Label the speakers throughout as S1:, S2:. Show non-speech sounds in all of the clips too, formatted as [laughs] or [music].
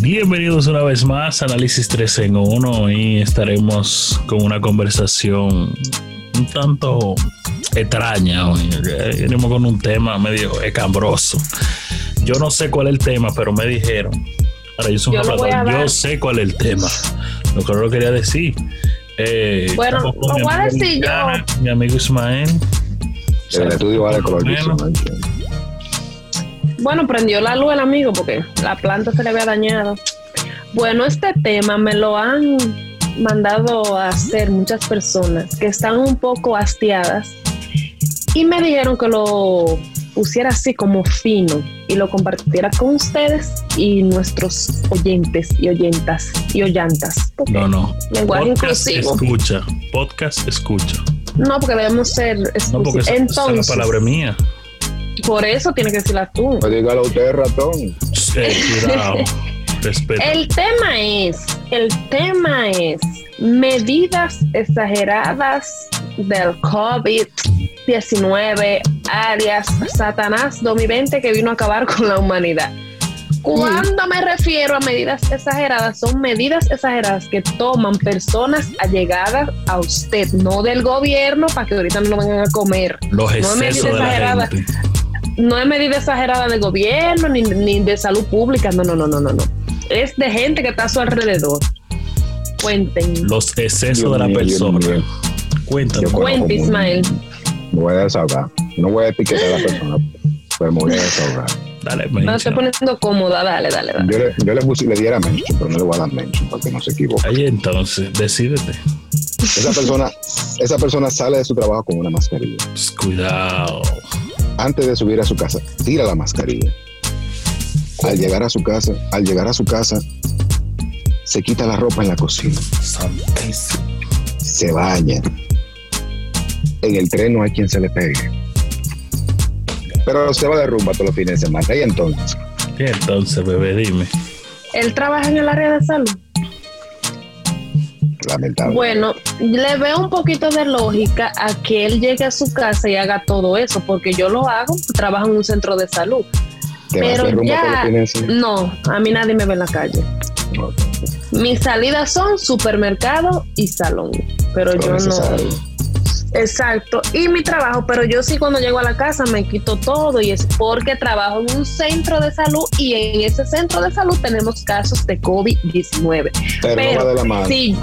S1: Bienvenidos una vez más a Análisis 3 en 1 y estaremos con una conversación un tanto extraña hoy. Iremos con un tema medio escambroso. Yo no sé cuál es el tema, pero me dijeron. Ahora yo soy un
S2: Yo lo voy a
S1: hablador, yo
S2: dar.
S1: sé cuál es el tema. Lo que no lo quería decir. Eh,
S2: Bueno,
S1: estamos con
S2: lo
S1: mi
S2: voy a
S1: amigo
S2: decir yo.
S1: Luciana, Mi amigo Ismael.
S3: El estudio vale color
S1: Bueno.
S2: Bueno, prendió la luz el amigo porque la planta se le había dañado. Bueno, este tema me lo han mandado a hacer muchas personas que están un poco hastiadas y me dijeron que lo pusiera así como fino y lo compartiera con ustedes y nuestros oyentes y oyentas y oyantas. Porque-
S1: No, no.
S2: Lenguaje
S1: podcast
S2: inclusivo.
S1: escucha. Podcast escucha.
S2: No, porque debemos ser
S1: No, porque
S2: exclusivos.
S1: esa, esa es
S2: Entonces,
S1: la palabra mía.
S2: por eso tiene que decirla tú.
S3: Pues dígalo usted, ratón.
S1: Eh, cuidado. Respeto.
S2: El tema es, el tema es medidas exageradas del COVID-19, alias Satanás 2020 que vino a acabar con la humanidad. Cuando me refiero a medidas exageradas, son medidas exageradas que toman personas allegadas a usted, no del gobierno, para que ahorita no lo vengan a comer
S1: Los
S2: no me
S1: excesos de la
S2: exagerada.
S1: gente.
S2: no es medida exagerada de gobierno ni, ni de salud pública, no, no, no, no, no, no. Es de gente que está a su alrededor. Cuenten.
S1: Los excesos
S3: Dios
S1: de la
S3: mío, Dios
S1: persona.
S3: mío.
S1: Cuéntanos.
S3: Yo-
S2: Cuente,
S3: como-
S2: Ismael.
S3: Me voy a desahogar. No voy a etiquetar a la persona, pero me voy a desahogar.
S1: Dale,
S2: No
S1: mention.
S2: estoy poniendo cómoda, dale, dale, dale.
S3: Yo le, yo le, puse- le diera mention, pero no le voy a dar mention para que no se equivoque.
S1: Ahí entonces, decídete.
S3: Esa persona, esa persona sale de su trabajo con una mascarilla.
S1: Pues, cuidado.
S3: Antes de subir a su casa, tira la mascarilla. Al llegar a su casa, al llegar a su casa, se quita la ropa en la cocina,
S1: Santísimo.
S3: se baña. En el tren no hay quien se le pegue. Pero se va de rumba todos los fines de semana. Y entonces,
S1: Y entonces, bebé, dime.
S2: Él trabaja en el área de salud.
S3: lamentable.
S2: Ah, Bueno, le veo un poquito de lógica a que él llegue a su casa y haga todo eso, porque yo lo hago, trabajo en un centro de salud.
S3: Te vas
S2: Pero
S3: de rumba
S2: ya-
S3: todos los fines de semana.
S2: No, a mí nadie me ve en la calle.
S3: No,
S2: Mis salidas son supermercado y salón, pero
S3: lo
S2: yo no.
S3: necesario.
S2: Exacto, y mi trabajo, pero yo sí cuando llego a la casa me quito todo y es porque trabajo en un centro de salud y en ese centro de salud tenemos casos de COVID-19.
S3: Pero, no
S2: Pero,
S3: va de la mano.
S2: Sí,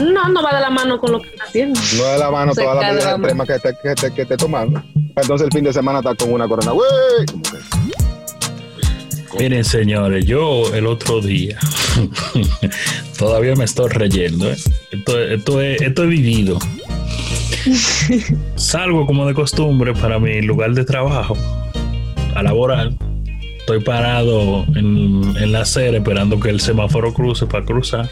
S2: no, no va de la mano con lo que está haciendo.
S3: No de la mano
S2: Se
S3: toda la
S2: cae de
S3: medida
S2: la
S3: extrema que te, que, te, que te tomando. Entonces el fin de semana está con una corona. ¡Wey! Como que
S1: Miren, señores, yo el otro día [laughs] todavía me estoy reyendo. ¿eh? Esto, esto he, esto he vivido. Salgo como de costumbre para mi lugar de trabajo, a laboral. Estoy parado en, en la acera esperando que el semáforo cruce para cruzar.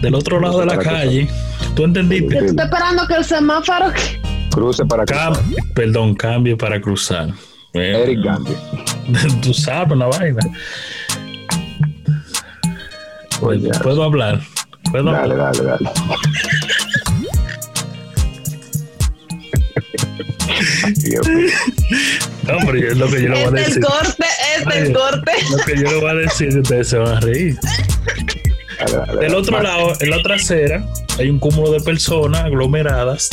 S1: Del otro lado de la calle, ¿tú entendiste?
S2: Yo estoy esperando que el semáforo... que-
S3: Cruce para acá.
S1: Cam- perdón, cambio para cruzar. Eh,
S3: Eric Gandhi.
S1: [laughs] Tú sabes la vaina.
S3: Oye,
S1: Puedo hablar. Puedo
S3: Dale,
S1: hablar.
S3: dale,
S1: [laughs]
S3: dale. Dios mío.
S1: No, pero yo- lo
S2: [laughs]
S1: que yo le voy a
S2: Este es
S1: decir.
S2: el corte, este es
S1: Ay.
S2: el corte.
S1: Lo que yo le voy a decir, ustedes se van a reír.
S3: Dale, dale,
S1: Del
S3: dale.
S1: otro
S3: Más-
S1: lado, en la otra acera, hay un cúmulo de personas aglomeradas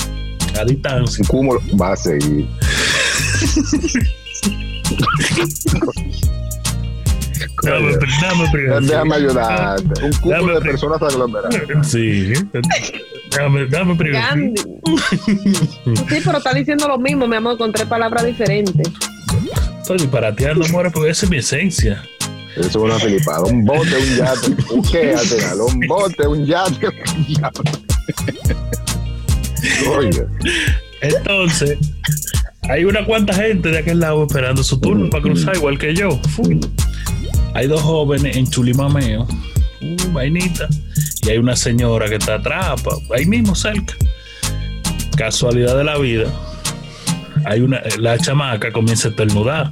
S1: a distancia.
S3: Un cúmulo va a seguir.
S1: No,
S3: Coño.
S1: pero- no, pero-
S3: Déjame ayudarte. Un
S1: Dame,
S3: cúmulo de
S1: pre-
S3: personas aglomeradas.
S1: Sí. Dame, dame primero.
S2: Gandhi.
S1: [laughs]
S2: Sí, pero está diciendo lo mismo, mi amor, con tres palabras diferentes.
S1: Estoy disparateando, amores, porque esa es mi esencia.
S3: Eso es una filipada. Un bote, un yate. Un qué, al final, Un bote, un yate. Un yate. Oye.
S1: Entonces, hay una cuanta gente de aquel lado esperando su turno para cruzar, igual que yo. Fu. Hay dos jóvenes en Chulimameo, uh, vainita, y hay una señora que está atrás, pa- ahí mismo cerca. Casualidad de la vida, hay una, la chamaca comienza a estornudar.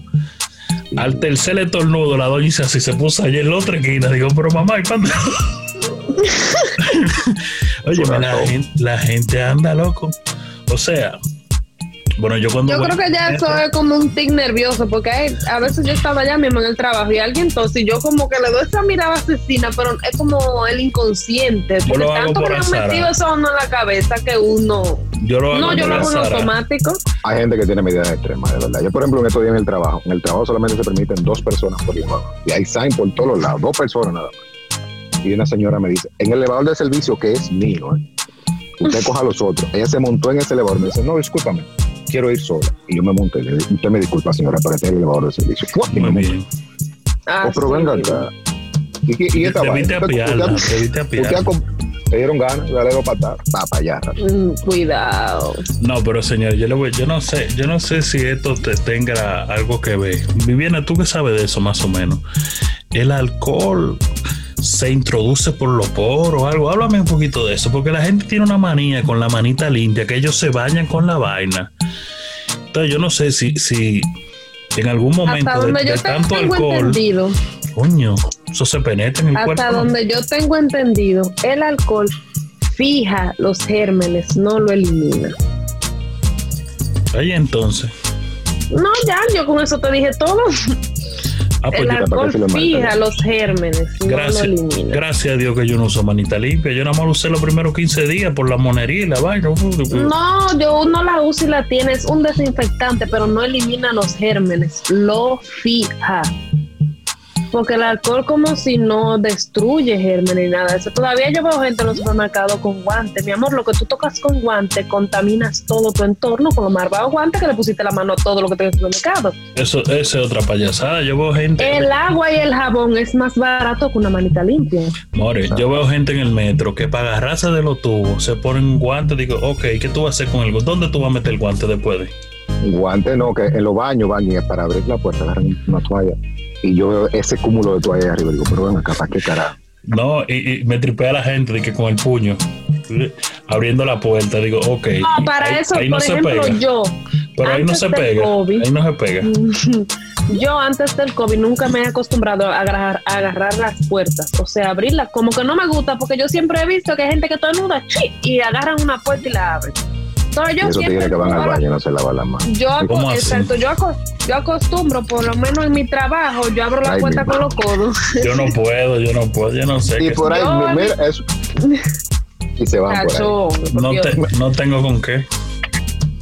S1: Al tercer estornudo, la doña dice así, se puso allí en la otra esquina. Digo, pero mamá, ¿y cuándo? Oye, la,
S3: Corazón.
S1: gente, la gente anda loco. O sea, bueno, yo cuando.
S2: Yo creo que
S1: ¿eh?
S2: ya eso es como un tic nervioso, porque hay- a veces yo estaba allá mismo en el trabajo y alguien tose y yo como que le doy esa mirada asesina, pero es como el inconsciente, porque
S1: lo hago
S2: tanto que
S1: por
S2: le han
S1: azar.
S2: metido eso a uno en la cabeza que uno.
S1: Yo lo hago
S2: No, yo
S1: por
S2: lo hago en
S1: azar.
S2: automático.
S3: Hay gente que tiene medidas extremas, de verdad. Yo, por ejemplo, en estos días en el trabajo, en el trabajo solamente se permiten dos personas por elevador. Y hay sign por todos los lados, dos personas nada más. Y una señora me dice, en el elevador de servicio que es mío, ¿eh? usted coja a los otros. Ella se montó en ese elevador, me dice, no, discúlpame, quiero ir sola. Y yo me monté, le dije, usted me disculpa, señora, pero este es el elevador de servicio. ¡Fua! Y
S1: Muy
S3: me monté.
S1: bien.
S2: Ah,
S3: Oh, pero
S2: sí.
S3: venga acá. ¿Y, qué- y esta
S1: Te viste a
S3: vaina? Usted-
S1: piarla,
S3: usted-
S1: te viste a
S3: usted
S1: piarla.
S3: acom- Te dieron ganas, dale dos patadas, para allá.
S2: Mm, Cuidado.
S1: No, pero señor, yo, le voy, yo no sé, yo no sé si esto te tenga algo que ver. Viviana, tú que sabes de eso más o menos. El alcohol se introduce por los poros, algo. Háblame un poquito de eso, porque la gente tiene una manía con la manita limpia, que ellos se bañan con la vaina. Entonces yo no sé si, si en algún
S2: Hasta
S1: momento de,
S2: donde yo
S1: de tanto
S2: tengo
S1: alcohol,
S2: entendido.
S1: coño, eso se penetra en el cuerpo.
S2: Hasta
S1: ¿no?
S2: donde yo tengo entendido, el alcohol fija los gérmenes, no lo elimina.
S1: Ahí entonces.
S2: No, ya, yo con eso te dije todo.
S1: Ah, pues
S2: el
S1: yo-
S3: para que
S2: alcohol
S3: se lo marque.
S2: fija los gérmenes,
S1: Gracias,
S2: no lo elimina.
S1: gracias a Dios que yo no uso manita limpia. Yo nada más lo usé los primeros 15 días por la monería y la vaina.
S2: No, yo no la uso y la tiene, es un desinfectante, pero no elimina los gérmenes, lo fija. Porque el alcohol como si no destruye gérmenes ni nada de eso. Todavía yo veo gente en los supermercados con guantes. Mi amor, lo que tú tocas con guantes contaminas todo tu entorno con los marvados guantes que le pusiste la mano a todo lo que tengas en el supermercado.
S1: Eso, esa es otra payasada. Yo veo gente,
S2: El agua y el jabón es más barato que una manita limpia.
S1: More, yo veo gente en el metro que para agarrarse de los tubos se ponen un guante. Digo, ok, ¿qué tú vas a hacer con el guante? ¿Dónde tú vas a meter el guante después? de?
S3: Guante no, que en los baños van y para abrir la puerta agarran una toalla. Y yo veo ese cúmulo de toallas ahí arriba. Digo, pero bueno, capaz que carajo.
S1: No, y, y me tripea la gente de que con el puño eh, abriendo la puerta. Digo, ok.
S2: No, para
S1: ahí-
S2: eso,
S1: ahí no
S2: por
S1: se
S2: ejemplo,
S1: pega.
S2: yo,
S1: Pero ahí no
S2: antes
S1: se
S2: del
S1: pega.
S2: COVID.
S1: Ahí no se pega.
S2: [laughs] yo antes del COVID nunca me he acostumbrado a agarrar, a agarrar las puertas, o sea, abrirlas, como que no me gusta, porque yo siempre he visto que hay gente que tonuda ¡chi! y agarran una puerta y la abren. Entonces
S3: Y
S2: yo
S3: esos tigres
S2: siempre
S3: que van al
S2: toda la-
S3: baño no se lavan las manos.
S2: yo, aco-
S1: ¿Cómo así?
S2: exacto, yo, aco- yo acostumbro, por lo menos en mi trabajo, yo abro la
S3: Ay,
S2: puerta
S3: mi
S2: con los codos.
S1: Yo no puedo, yo no puedo, yo no sé.
S3: [laughs] Y
S1: qué-
S3: por ahí,
S2: Yo-
S3: mira, eso. Y se van por ahí.
S2: Cacho, por
S1: no,
S2: Dios.
S1: te- no tengo con qué.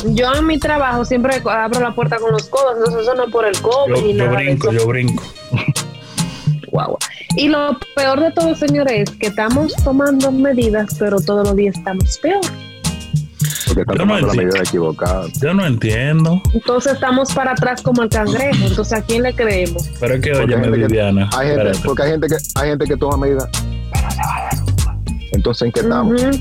S2: Yo en mi trabajo siempre abro la puerta con los codos, entonces eso no es por el COVID
S1: Yo,
S2: ni
S1: yo
S2: nada. de
S1: brinco,
S2: eso.
S1: yo brinco.
S2: Guau. Y lo peor de todo, señores, es que estamos tomando medidas, pero todos los días estamos peor.
S3: Porque están
S1: Yo no
S3: tomando la
S1: entiendo.
S3: medida equivocada.
S1: Yo no entiendo.
S2: Entonces estamos para atrás como el cangrejo. Entonces, ¿a quién le creemos?
S1: Pero es que,
S3: Porque
S1: oye,
S3: hay gente que-
S1: Viviana.
S3: Hay gente,
S1: espérate.
S3: porque hay gente que, hay gente que toma medidas, pero se va a dar Entonces, ¿en qué estamos?
S2: Ujú.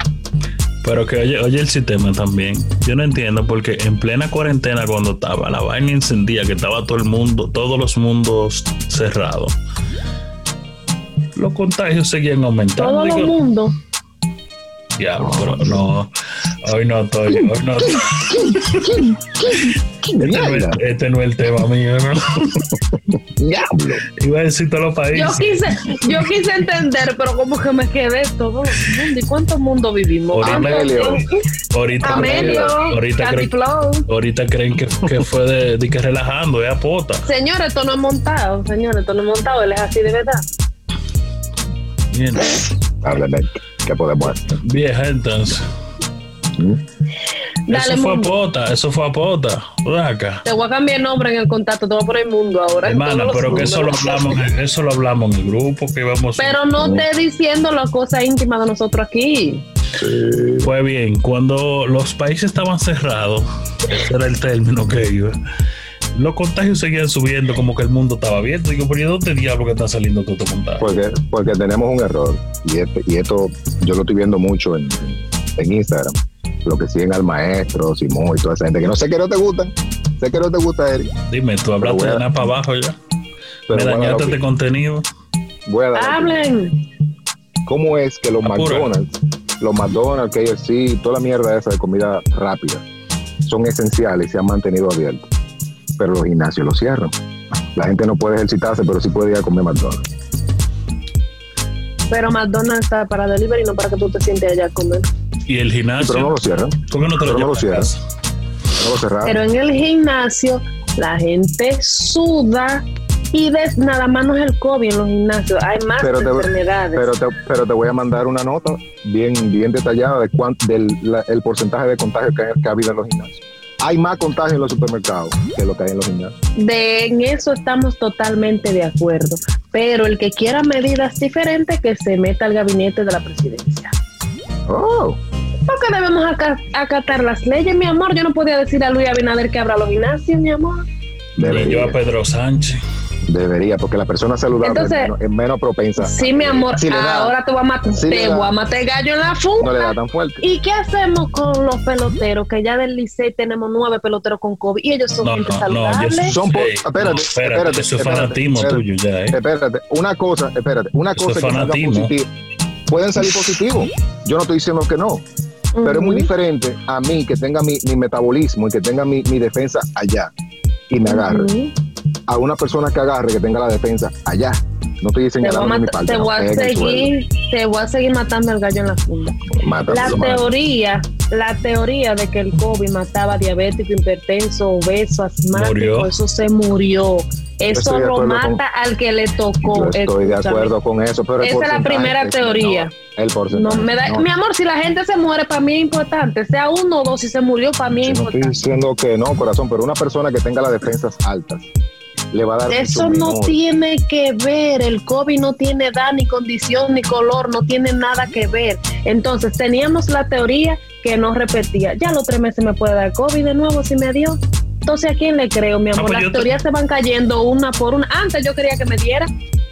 S1: Pero que oye, oye el sistema también. Yo no entiendo porque en plena cuarentena cuando estaba la vaina encendía, que estaba todo el mundo, todos los mundos cerrados. Los contagios seguían aumentando.
S2: Todo el
S1: Digo,
S2: mundo.
S1: diablo, pero no. Hoy no estoy, hoy no estoy.
S3: ¿Qué
S1: Este no es-
S3: [laughs] mierda?
S1: Este no es el tema mío, ¿no? [laughs]
S3: ¡Diablo!
S1: Iba a decir todos los
S2: Yo
S1: países.
S2: quise, yo quise entender, pero como que me quedé todo el mundo. ¿Y cuánto mundo vivimos? ¿Cuánto-
S3: Amelio.
S1: Ahorita,
S2: Amelio,
S1: ahorita,
S2: Candy
S1: creen,
S2: Flow.
S1: ahorita creen que, que fue de, de que relajando, es a pota.
S2: Señores, esto no es montado, señores, esto no es montado, él es así de verdad.
S1: Bien.
S3: Háblame, ¿qué podemos hacer?
S1: Vieja, entonces.
S3: ¿Mm?
S2: Dale,
S1: eso fue a
S2: mundo.
S1: pota, eso fue a pota. Ven acá.
S2: Te voy a cambiar el nombre en el contacto, te voy a poner mundo ahora. en
S1: Hermana,
S2: todos los
S1: pero que eso lo
S2: números.
S1: hablamos, en- eso lo hablamos en el grupo que íbamos. a-
S2: Pero no esté diciendo las cosas íntimas de nosotros aquí.
S1: Fue bien, cuando los países estaban cerrados, ese era el término que iba. Los contagios seguían subiendo como que el mundo estaba abierto. Digo, pero ¿y dónde diablo que está saliendo todo este contagio?
S3: Porque, porque tenemos un error. Y, este- y esto yo lo estoy viendo mucho en, en Instagram. Lo que siguen al maestro, Simón y toda esa gente que no sé que no te gustan. Sé que no te gusta, Eric.
S1: Dime, tú hablaste
S3: voy a-
S1: de nada para abajo ya. Me
S3: Pero voy a dar la
S1: dañaste este
S3: opinión.
S1: contenido.
S3: Voy a dar la
S2: Ah,
S3: opinión.
S2: Hablen.
S3: ¿Cómo es que los
S1: Apura.
S3: McDonald's, los McDonald's, KFC, toda la mierda esa de comida rápida son esenciales y se han mantenido abiertos? Pero los gimnasios los cierran. La gente no puede ejercitarse, pero sí puede ir a comer McDonald's.
S2: Pero McDonald's está para delivery, no para que tú te sientes allá a comer.
S1: Y el gimnasio.
S3: Pero no lo cierran.
S1: ¿Por qué no te
S3: Pero
S1: lo
S3: no lo
S1: llevas a
S3: cierran.
S1: casa?
S3: No lo cerraron.
S2: Pero en el gimnasio la gente suda y de- nada más no es el COVID en los gimnasios, hay más
S3: Pero te-
S2: enfermedades.
S3: Pero te, pero te voy a mandar una nota bien, bien detallada de cuán, del la- el porcentaje de contagios que, ha- que ha habido en los gimnasios. Hay más contagios en los supermercados que lo que hay en los gimnasios.
S2: de, en eso estamos totalmente de acuerdo. Pero el que quiera medidas diferentes, que se meta al gabinete de la presidencia.
S3: Oh,
S2: Porque debemos aca- acatar las leyes, mi amor. Yo no podía decir a Luis Abinader que abra los gimnasios, mi amor.
S1: Y yo
S3: debería,
S1: a Pedro Sánchez.
S3: debería, porque la persona saludable
S2: Entonces-
S3: es, menos, es menos propensa.
S2: Sí, mi amor,
S3: Sí le da.
S2: ahora te voy a matar,
S3: Sí le
S2: te
S3: da.
S2: voy a matar gallo en la funda.
S3: No le da tan fuerte.
S2: ¿Y qué hacemos con los peloteros? Que ya del Licey tenemos nueve peloteros con COVID y ellos son
S1: No,
S2: gente
S1: no, no.
S2: saludable.
S1: Yo,
S3: Son po-
S1: Ey,
S3: espérate,
S1: no,
S3: espérate,
S1: Eso es
S3: espérate,
S1: fanatismo
S3: espérate.
S1: tuyo ya, ¿eh?
S3: Espérate, una cosa, espérate, una
S1: Eso
S3: cosa
S1: es
S3: es que salga
S1: fanatismo.
S3: positivo. Pueden salir positivos. Yo no estoy diciendo que no, pero es muy
S2: Ujú.
S3: diferente a mí que tenga mi, mi metabolismo y que tenga mi, mi defensa allá y me agarre.
S2: Ujú.
S3: a una persona que agarre, que tenga la defensa allá. No estoy
S2: Te voy a,
S3: señalando con mi
S2: mat-
S3: palma.
S2: te voy a
S3: no peguen el
S2: seguir, te voy a seguir matando al gallo en la funda.
S3: suelo. Mátalo,
S2: La
S3: mátalo.
S2: teoría, la teoría de que el COVID mataba diabético, hipertenso, obeso, asmático,
S1: Murió.
S2: eso se murió. Eso
S3: Estoy de
S2: lo
S3: acuerdo
S2: mata
S3: con-
S2: al que le
S3: Yo
S2: tocó.
S3: estoy de
S2: escúchame.
S3: acuerdo con eso, pero el
S2: Esa es la
S3: porcentaje
S2: primera teoría.
S3: menor. el porcentaje.
S2: No, me da-
S3: no.
S2: Mi amor, si la gente se muere, para mí es importante. Sea uno o dos, si se murió, para mí es
S3: Yo no estoy
S2: importante.
S3: diciendo que no, corazón, pero una persona que tenga las defensas altas le va a dar
S2: Eso
S3: mucho
S2: no
S3: menor.
S2: tiene que ver, el COVID no tiene edad, ni condición, ni color, no tiene nada que ver. Entonces teníamos la teoría que no repetía. Ya los tres meses me puede dar COVID de nuevo si me dio. Entonces, ¿a quién le creo, mi amor?
S1: pues yo te-
S2: Las teorías se van cayendo una por una. Antes yo quería que me diera,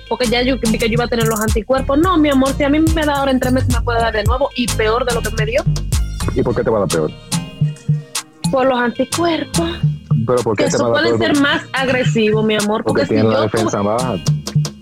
S2: porque ya yo vi que yo iba a tener los anticuerpos. No, mi amor, si a mí me da ahora en tres meses me puede dar de nuevo y peor de lo que me dio,
S3: ¿Y por qué te va a dar peor?
S2: por los anticuerpos,
S3: Pero ¿por qué
S2: que
S3: te va
S2: eso
S3: a dar
S2: pueden
S3: peor?
S2: ser más agresivos, mi amor. Porque,
S3: porque
S2: si
S3: tiene la
S2: yo tuve-
S3: defensa baja.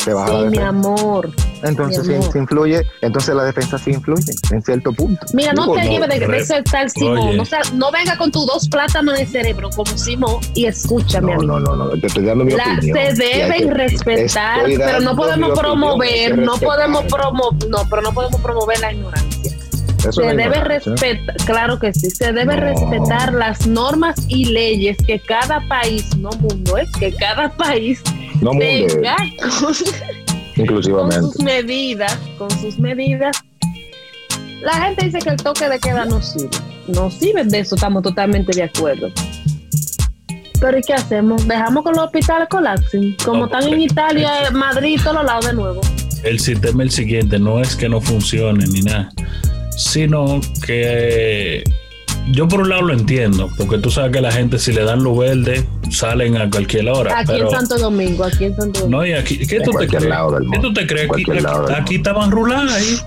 S3: Te baja la
S2: Sí, mi
S3: defensa.
S2: amor.
S3: Entonces
S2: mi
S3: sí,
S2: amor.
S3: sí influye, entonces la defensa sí influye en cierto punto.
S2: Mira, no
S3: Digo,
S2: te lleves de,
S1: re-
S2: de soltar Simón.
S1: Oye.
S2: O sea, no venga con tus dos plátanos en el cerebro como Simón y escúchame a
S3: No,
S2: mí.
S3: no, no, no, te estoy dando mi
S2: La- se
S3: opinión. Y hay
S2: deben
S3: que-
S2: respetar,
S3: estoy
S2: pero
S3: dando
S2: no podemos
S3: mi opinión, hay que
S2: promover, no
S3: respetar.
S2: podemos promover, no, pero no podemos promover la ignorancia.
S3: Eso
S2: Se
S3: no es
S2: debe
S3: ignorancia.
S2: respetar, claro que sí, se debe
S3: No.
S2: respetar las normas y leyes que cada país, no mundo, es que cada país
S3: No munde,
S2: tenga con
S3: inclusivamente.
S2: sus medidas, con sus medidas. La gente dice que el toque de queda no sirve. No sirve, de eso estamos totalmente de acuerdo. Pero ¿y qué hacemos? Dejamos que los hospitales colapsen. Como
S1: No, pues,
S2: están
S1: porque-
S2: en Italia, en Madrid, todos los lados de nuevo.
S1: El sistema es el siguiente, no es que no funcione ni nada, sino que yo por un lado lo entiendo, porque tú sabes que la gente si le dan luz verde salen a cualquier hora.
S2: Aquí
S1: Ah, pero,
S2: en Santo Domingo, aquí en Santo Domingo.
S1: No, y aquí, ¿qué
S3: En
S1: tú te
S3: cualquier
S1: crees?
S3: lado del
S1: ¿Qué tú
S3: mundo,
S1: te crees?
S3: en
S1: Aquí,
S3: cualquier
S1: aquí-
S3: lado del
S1: aquí
S3: mundo.
S1: estaban ruladas ahí.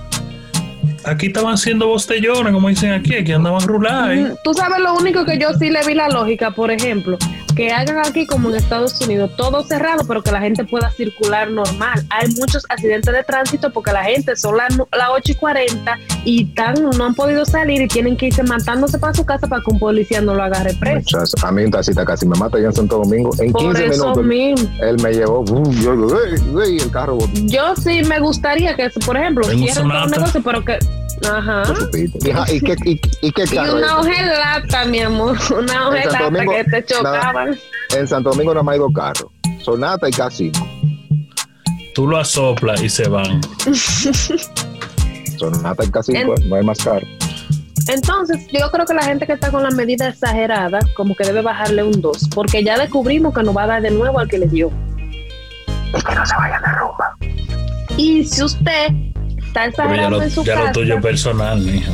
S1: Aquí estaban siendo bostellones, como dicen aquí, aquí andaban ruladas ahí.
S2: Mm, Tú sabes lo único que yo sí le vi la lógica, por ejemplo, que hagan aquí como en Estados Unidos, todo cerrado, pero que la gente pueda circular normal. Hay muchos accidentes de tránsito porque la gente son las nu- las 8 y 40 y tan, no han podido salir y tienen que irse matándose para su casa para que un policía no lo agarre preso.
S3: Muchas- A mí un tacita casi me mata allá en Santo Domingo. En
S2: Por
S3: 15
S2: eso
S3: minutos
S2: mismo,
S3: él me llevó. uf, yo digo, "Ey, ey", el carro botó.
S2: yo sí me gustaría que, por ejemplo,
S1: Tengo
S2: cierren todo el
S1: sonata.
S2: negocio, pero que... Ajá.
S3: Y, ajá, ¿Y qué, y, y qué
S2: ¿Ah? Y
S3: carro?
S2: una
S3: es?
S2: hojelata, mi amor, [laughs] una
S3: En Santo
S2: hojelata
S3: Domingo,
S2: que te
S3: nada.
S2: chocaban.
S3: En Santo Domingo nada más hay dos carros. Sonata y casi.
S1: Tú lo asoplas y se van.
S3: Sonata y casi.
S2: En-
S3: No hay más carro.
S2: Entonces, yo creo que la gente que está con la medida exagerada, como que debe bajarle un 2, porque ya descubrimos que nos va a dar de nuevo al que le dio.
S3: Es que no se vayan de rumba.
S2: Y si usted está
S1: Pero ya
S2: exagerando
S1: lo,
S2: en su
S1: ya lo
S2: casa,
S1: tuyo es personal, mijo.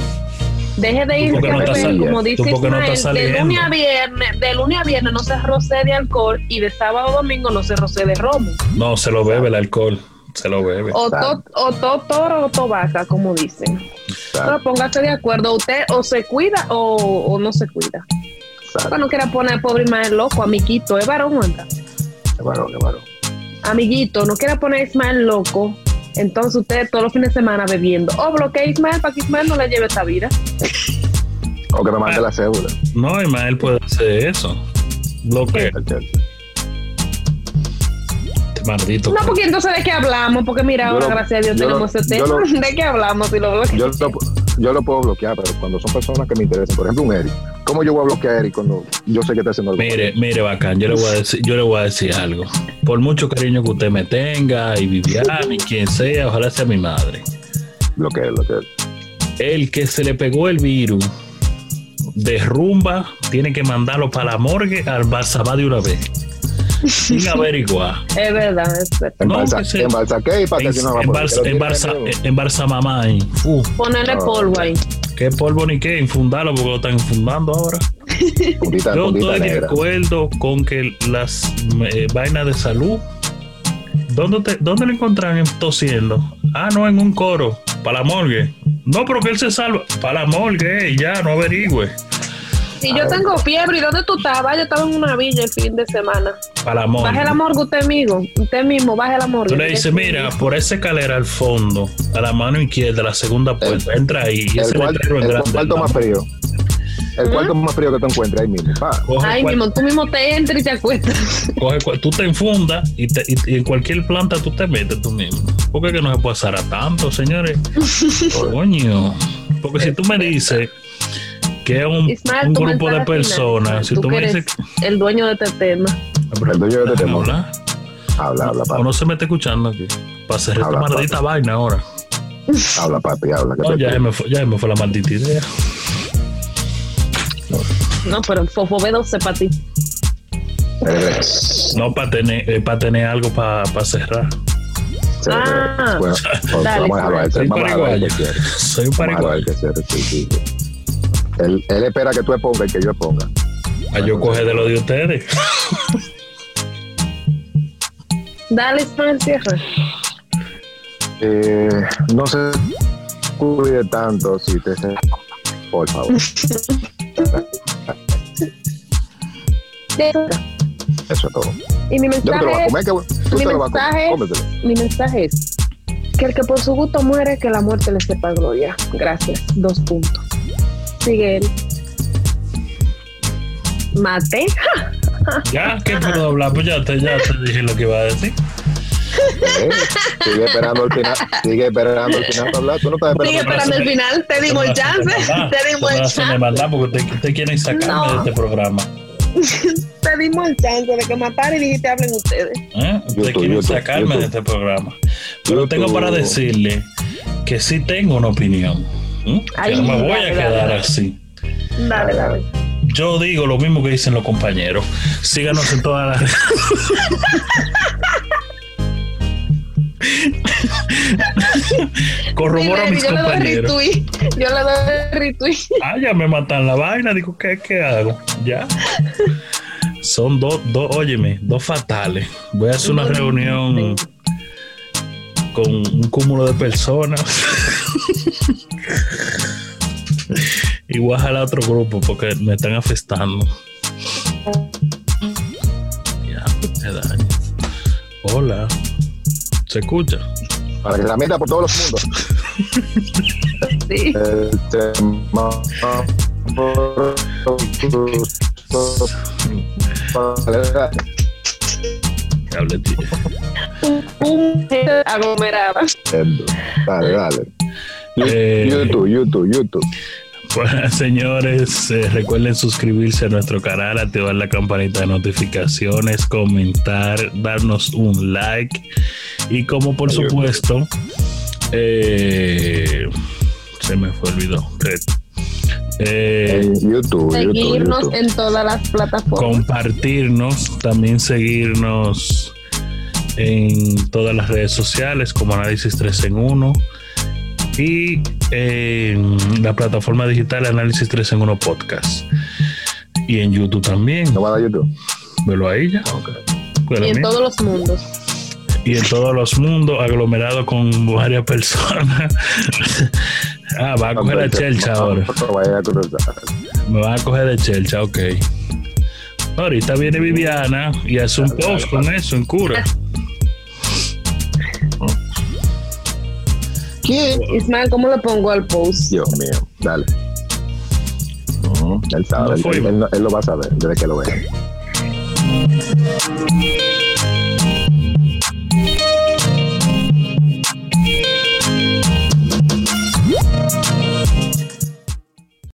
S2: deje de
S1: ¿Tú
S2: ir
S1: por qué
S2: a
S1: no estás
S2: beber,
S1: saliendo?
S2: como dice
S1: ¿Tú por qué no
S2: Ismael,
S1: estás
S2: de
S1: saliendo?
S2: lunes a viernes, de lunes a viernes no se roce de alcohol y de sábado a domingo no se roce de romo.
S1: No, se lo bebe el alcohol. Se lo bebe.
S2: O to,
S3: Exacto.
S2: o to toro o to vaca, como dicen. Pero póngase de acuerdo, usted o se cuida o, o no se cuida. Bueno, no quiera poner pobre Ismael loco, amiguito, es varón, anda.
S3: Qué varón, qué varón.
S2: amiguito, no quiera poner a Ismael loco, entonces usted todos los fines de semana bebiendo. O bloquea a Ismael para que Ismael no le lleve esta vida.
S3: O que me mande la cédula.
S1: No, Ismael puede hacer eso. Lo que. Este maldito.
S2: No, porque entonces de qué hablamos, porque mira,
S3: Yo
S2: ahora
S3: lo-
S2: gracias a Dios
S3: yo
S2: tenemos
S3: lo-
S2: ese
S3: yo
S2: tema. [laughs]
S3: lo-
S2: ¿De qué hablamos si lo bloquea?
S3: Yo lo, yo lo puedo bloquear, pero cuando son personas que me interesan, por ejemplo, un Eric, ¿cómo yo voy a bloquear a Eric cuando yo sé que está haciendo algo?
S1: Mire, mire, bacán, yo le voy a decir, yo le voy a decir algo. Por mucho cariño que usted me tenga, y Vivian, y quien sea, ojalá sea mi madre.
S3: Bloquear, bloquear.
S1: El que se le pegó el virus derrumba, tiene que mandarlo para la morgue al Balsamá de una vez.
S2: [laughs]
S1: Sin averiguar.
S2: Es verdad, es verdad.
S1: No, pues,
S3: Embalsa,
S1: que se-
S3: embalsa, ¿qué? ¿Para que si no va a poner? ¿Que lo tiene ahí mismo?
S1: En Balsamamá ahí. Uh,
S2: Ponerle
S3: No.
S2: polvo ahí.
S1: qué polvo ni qué, infundarlo porque lo están infundando ahora. eh,
S3: Puntita-
S1: Yo
S3: puntita
S1: estoy de
S3: negra.
S1: acuerdo con que las eh, vainas de salud. ¿Dónde, te, ¿Dónde lo encontraron tosiendo? Ah, no, en un coro. Para la morgue. No, pero que él se salva. Para la morgue, eh, ya, no averigüe.
S2: Si yo tengo fiebre, ¿y dónde tú estabas? Yo estaba en una villa el fin de semana.
S1: Para la
S2: Baje la
S1: morgue.
S2: morgue usted mismo. Usted mismo, baje la morgue.
S1: Tú le dices, mira, por esa escalera al fondo, a la mano izquierda, la segunda puerta, entra ahí. Y
S3: El
S1: ese
S3: cuarto,
S1: letrero es
S3: el
S1: grande.
S3: cuarto más frío. El
S2: ¿Mm?
S3: cuarto más frío que te encuentres ahí mismo. pa.
S1: Coge
S2: Ay,
S1: cual-
S2: mismo, tú mismo te entras y te acuestas.
S1: coge cual- tú te infundas y, te- y- y en cualquier planta tú te metes tú mismo. ¿Por qué que no se puede hacer a tanto,
S2: [laughs]
S1: señores? Coño. Porque si tú me dices que es un,
S2: Ismael,
S1: un
S2: tú me
S1: grupo de
S2: entras al final.
S1: personas, si tú,
S2: que
S1: me
S2: eres
S1: dices que.
S2: el dueño de este tema.
S3: El dueño de este tema.
S1: Habla,
S3: Habla, habla,
S1: O
S3: papi.
S1: no se me está escuchando aquí. Para hacer esta
S3: Habla,
S1: maldita vaina ahora.
S3: Habla, papi, habla. que
S1: No,
S3: te-
S1: ya se me fue, ya se me fue la maldita idea.
S2: No, pero Fofobedo sepa ti.
S3: Eh,
S1: No, para tener, eh, para tener algo para cerrar.
S3: sí,
S2: Ah.
S1: [laughs]
S3: bueno, vamos a dejarlo a él,
S1: Soy
S3: vamos a dejarlo a él
S1: paraguayo.
S3: que cierre.
S1: Soy un
S3: Vamos a dejarlo a
S1: paraguayo.
S3: él que cierre, sí, sí, sí. Él, él espera que tú expongas y que yo exponga. este
S1: Ah, Yo coge de lo de ustedes.
S2: Dale, Ismael, cierra.
S3: Eh, no se cuide tanto si te por favor. Eso es todo.
S2: Y mi
S3: Yo no te lo voy a
S2: mensaje,
S3: comer, que tú
S2: mi
S3: te lo vas a
S2: mensaje
S3: comer.
S2: es-
S3: Cómetelo.
S2: mi mensaje es que el que por su gusto muere, que la muerte le sepa gloria. Gracias. Dos puntos. Sigue él. Mate.
S1: Ya, ¿qué puedo hablar? Pues ya te, ya te dije lo que iba a decir.
S3: Eh, Sigue esperando el final. Sigue esperando el final para hablar. Tú no estás
S2: Sigue
S3: esperando.
S2: esperando el final. Te dimos el chance. [laughs] Te dimos el
S1: de
S2: chance.
S1: maldad porque ustedes ustedes quieren sacarme
S2: No.
S1: de este programa.
S2: Te dimos el chance de que matar y dijiste hablen ustedes.
S1: ¿eh? Ustedes
S3: YouTube,
S1: quieren
S3: YouTube,
S1: sacarme
S3: YouTube.
S1: de este programa. Pero
S3: YouTube.
S1: tengo para decirle que sí tengo una opinión. ¿eh?
S2: Ay,
S1: que no me voy a
S2: dale,
S1: quedar
S2: dale.
S1: así.
S2: Dale, dale.
S1: Yo digo lo mismo que dicen los compañeros. Síganos en todas las. Corroboro a
S2: Dile,
S1: mis
S2: yo le doy
S1: compañeros.
S2: retweet. Yo le doy retweet.
S1: Ah, ya me matan la vaina. Digo, ¿qué, qué hago? Ya. Son dos, dos, óyeme, dos fatales. Voy a hacer una
S2: Uno de-
S1: reunión con un cúmulo de personas. y voy a jalar otro grupo porque me están afestando. Ya, me daño. Hola. ¿Se escucha?
S3: Para que se la meta por todos los mundos.
S2: Sí.
S3: El tema por- para-
S1: Que hable, tío.
S2: Pum, pum, gente aglomerada.
S3: Dale, dale.
S1: Eh,
S3: YouTube, YouTube, YouTube.
S1: Bueno, Pues, [laughs] señores, eh, recuerden suscribirse a nuestro canal, activar la campanita de notificaciones, comentar, darnos un like y como por
S3: Adiós.
S1: supuesto, eh, se me fue olvidó. Eh,
S3: En YouTube, YouTube,
S2: Seguirnos
S3: YouTube.
S2: en todas las plataformas.
S1: compartirnos, también seguirnos en todas las redes sociales como Análisis 3 en 1 y en la plataforma digital Análisis 3 en 1 Podcast. Y en YouTube también,
S3: No va a dar YouTube.
S1: velo ahí ya.
S3: Ok.
S1: velo
S2: Y en
S1: ahí.
S2: todos los mundos.
S1: y en todos los mundos, aglomerado con [laughs] varias personas. ah, va a coger la chelcha ahora.
S3: este No vaya a cruzar.
S1: Me van a coger de chelcha, ok. Ahorita viene Viviana y hace un
S3: Dale,
S1: post
S3: dale,
S1: con eso en cura.
S3: ¿Quién?
S2: Ismael, ¿cómo le pongo al post?
S3: Dios mío, dale. Él sabe,
S1: No
S3: él,
S1: fue.
S3: él- él no- él lo va a saber desde que lo vea.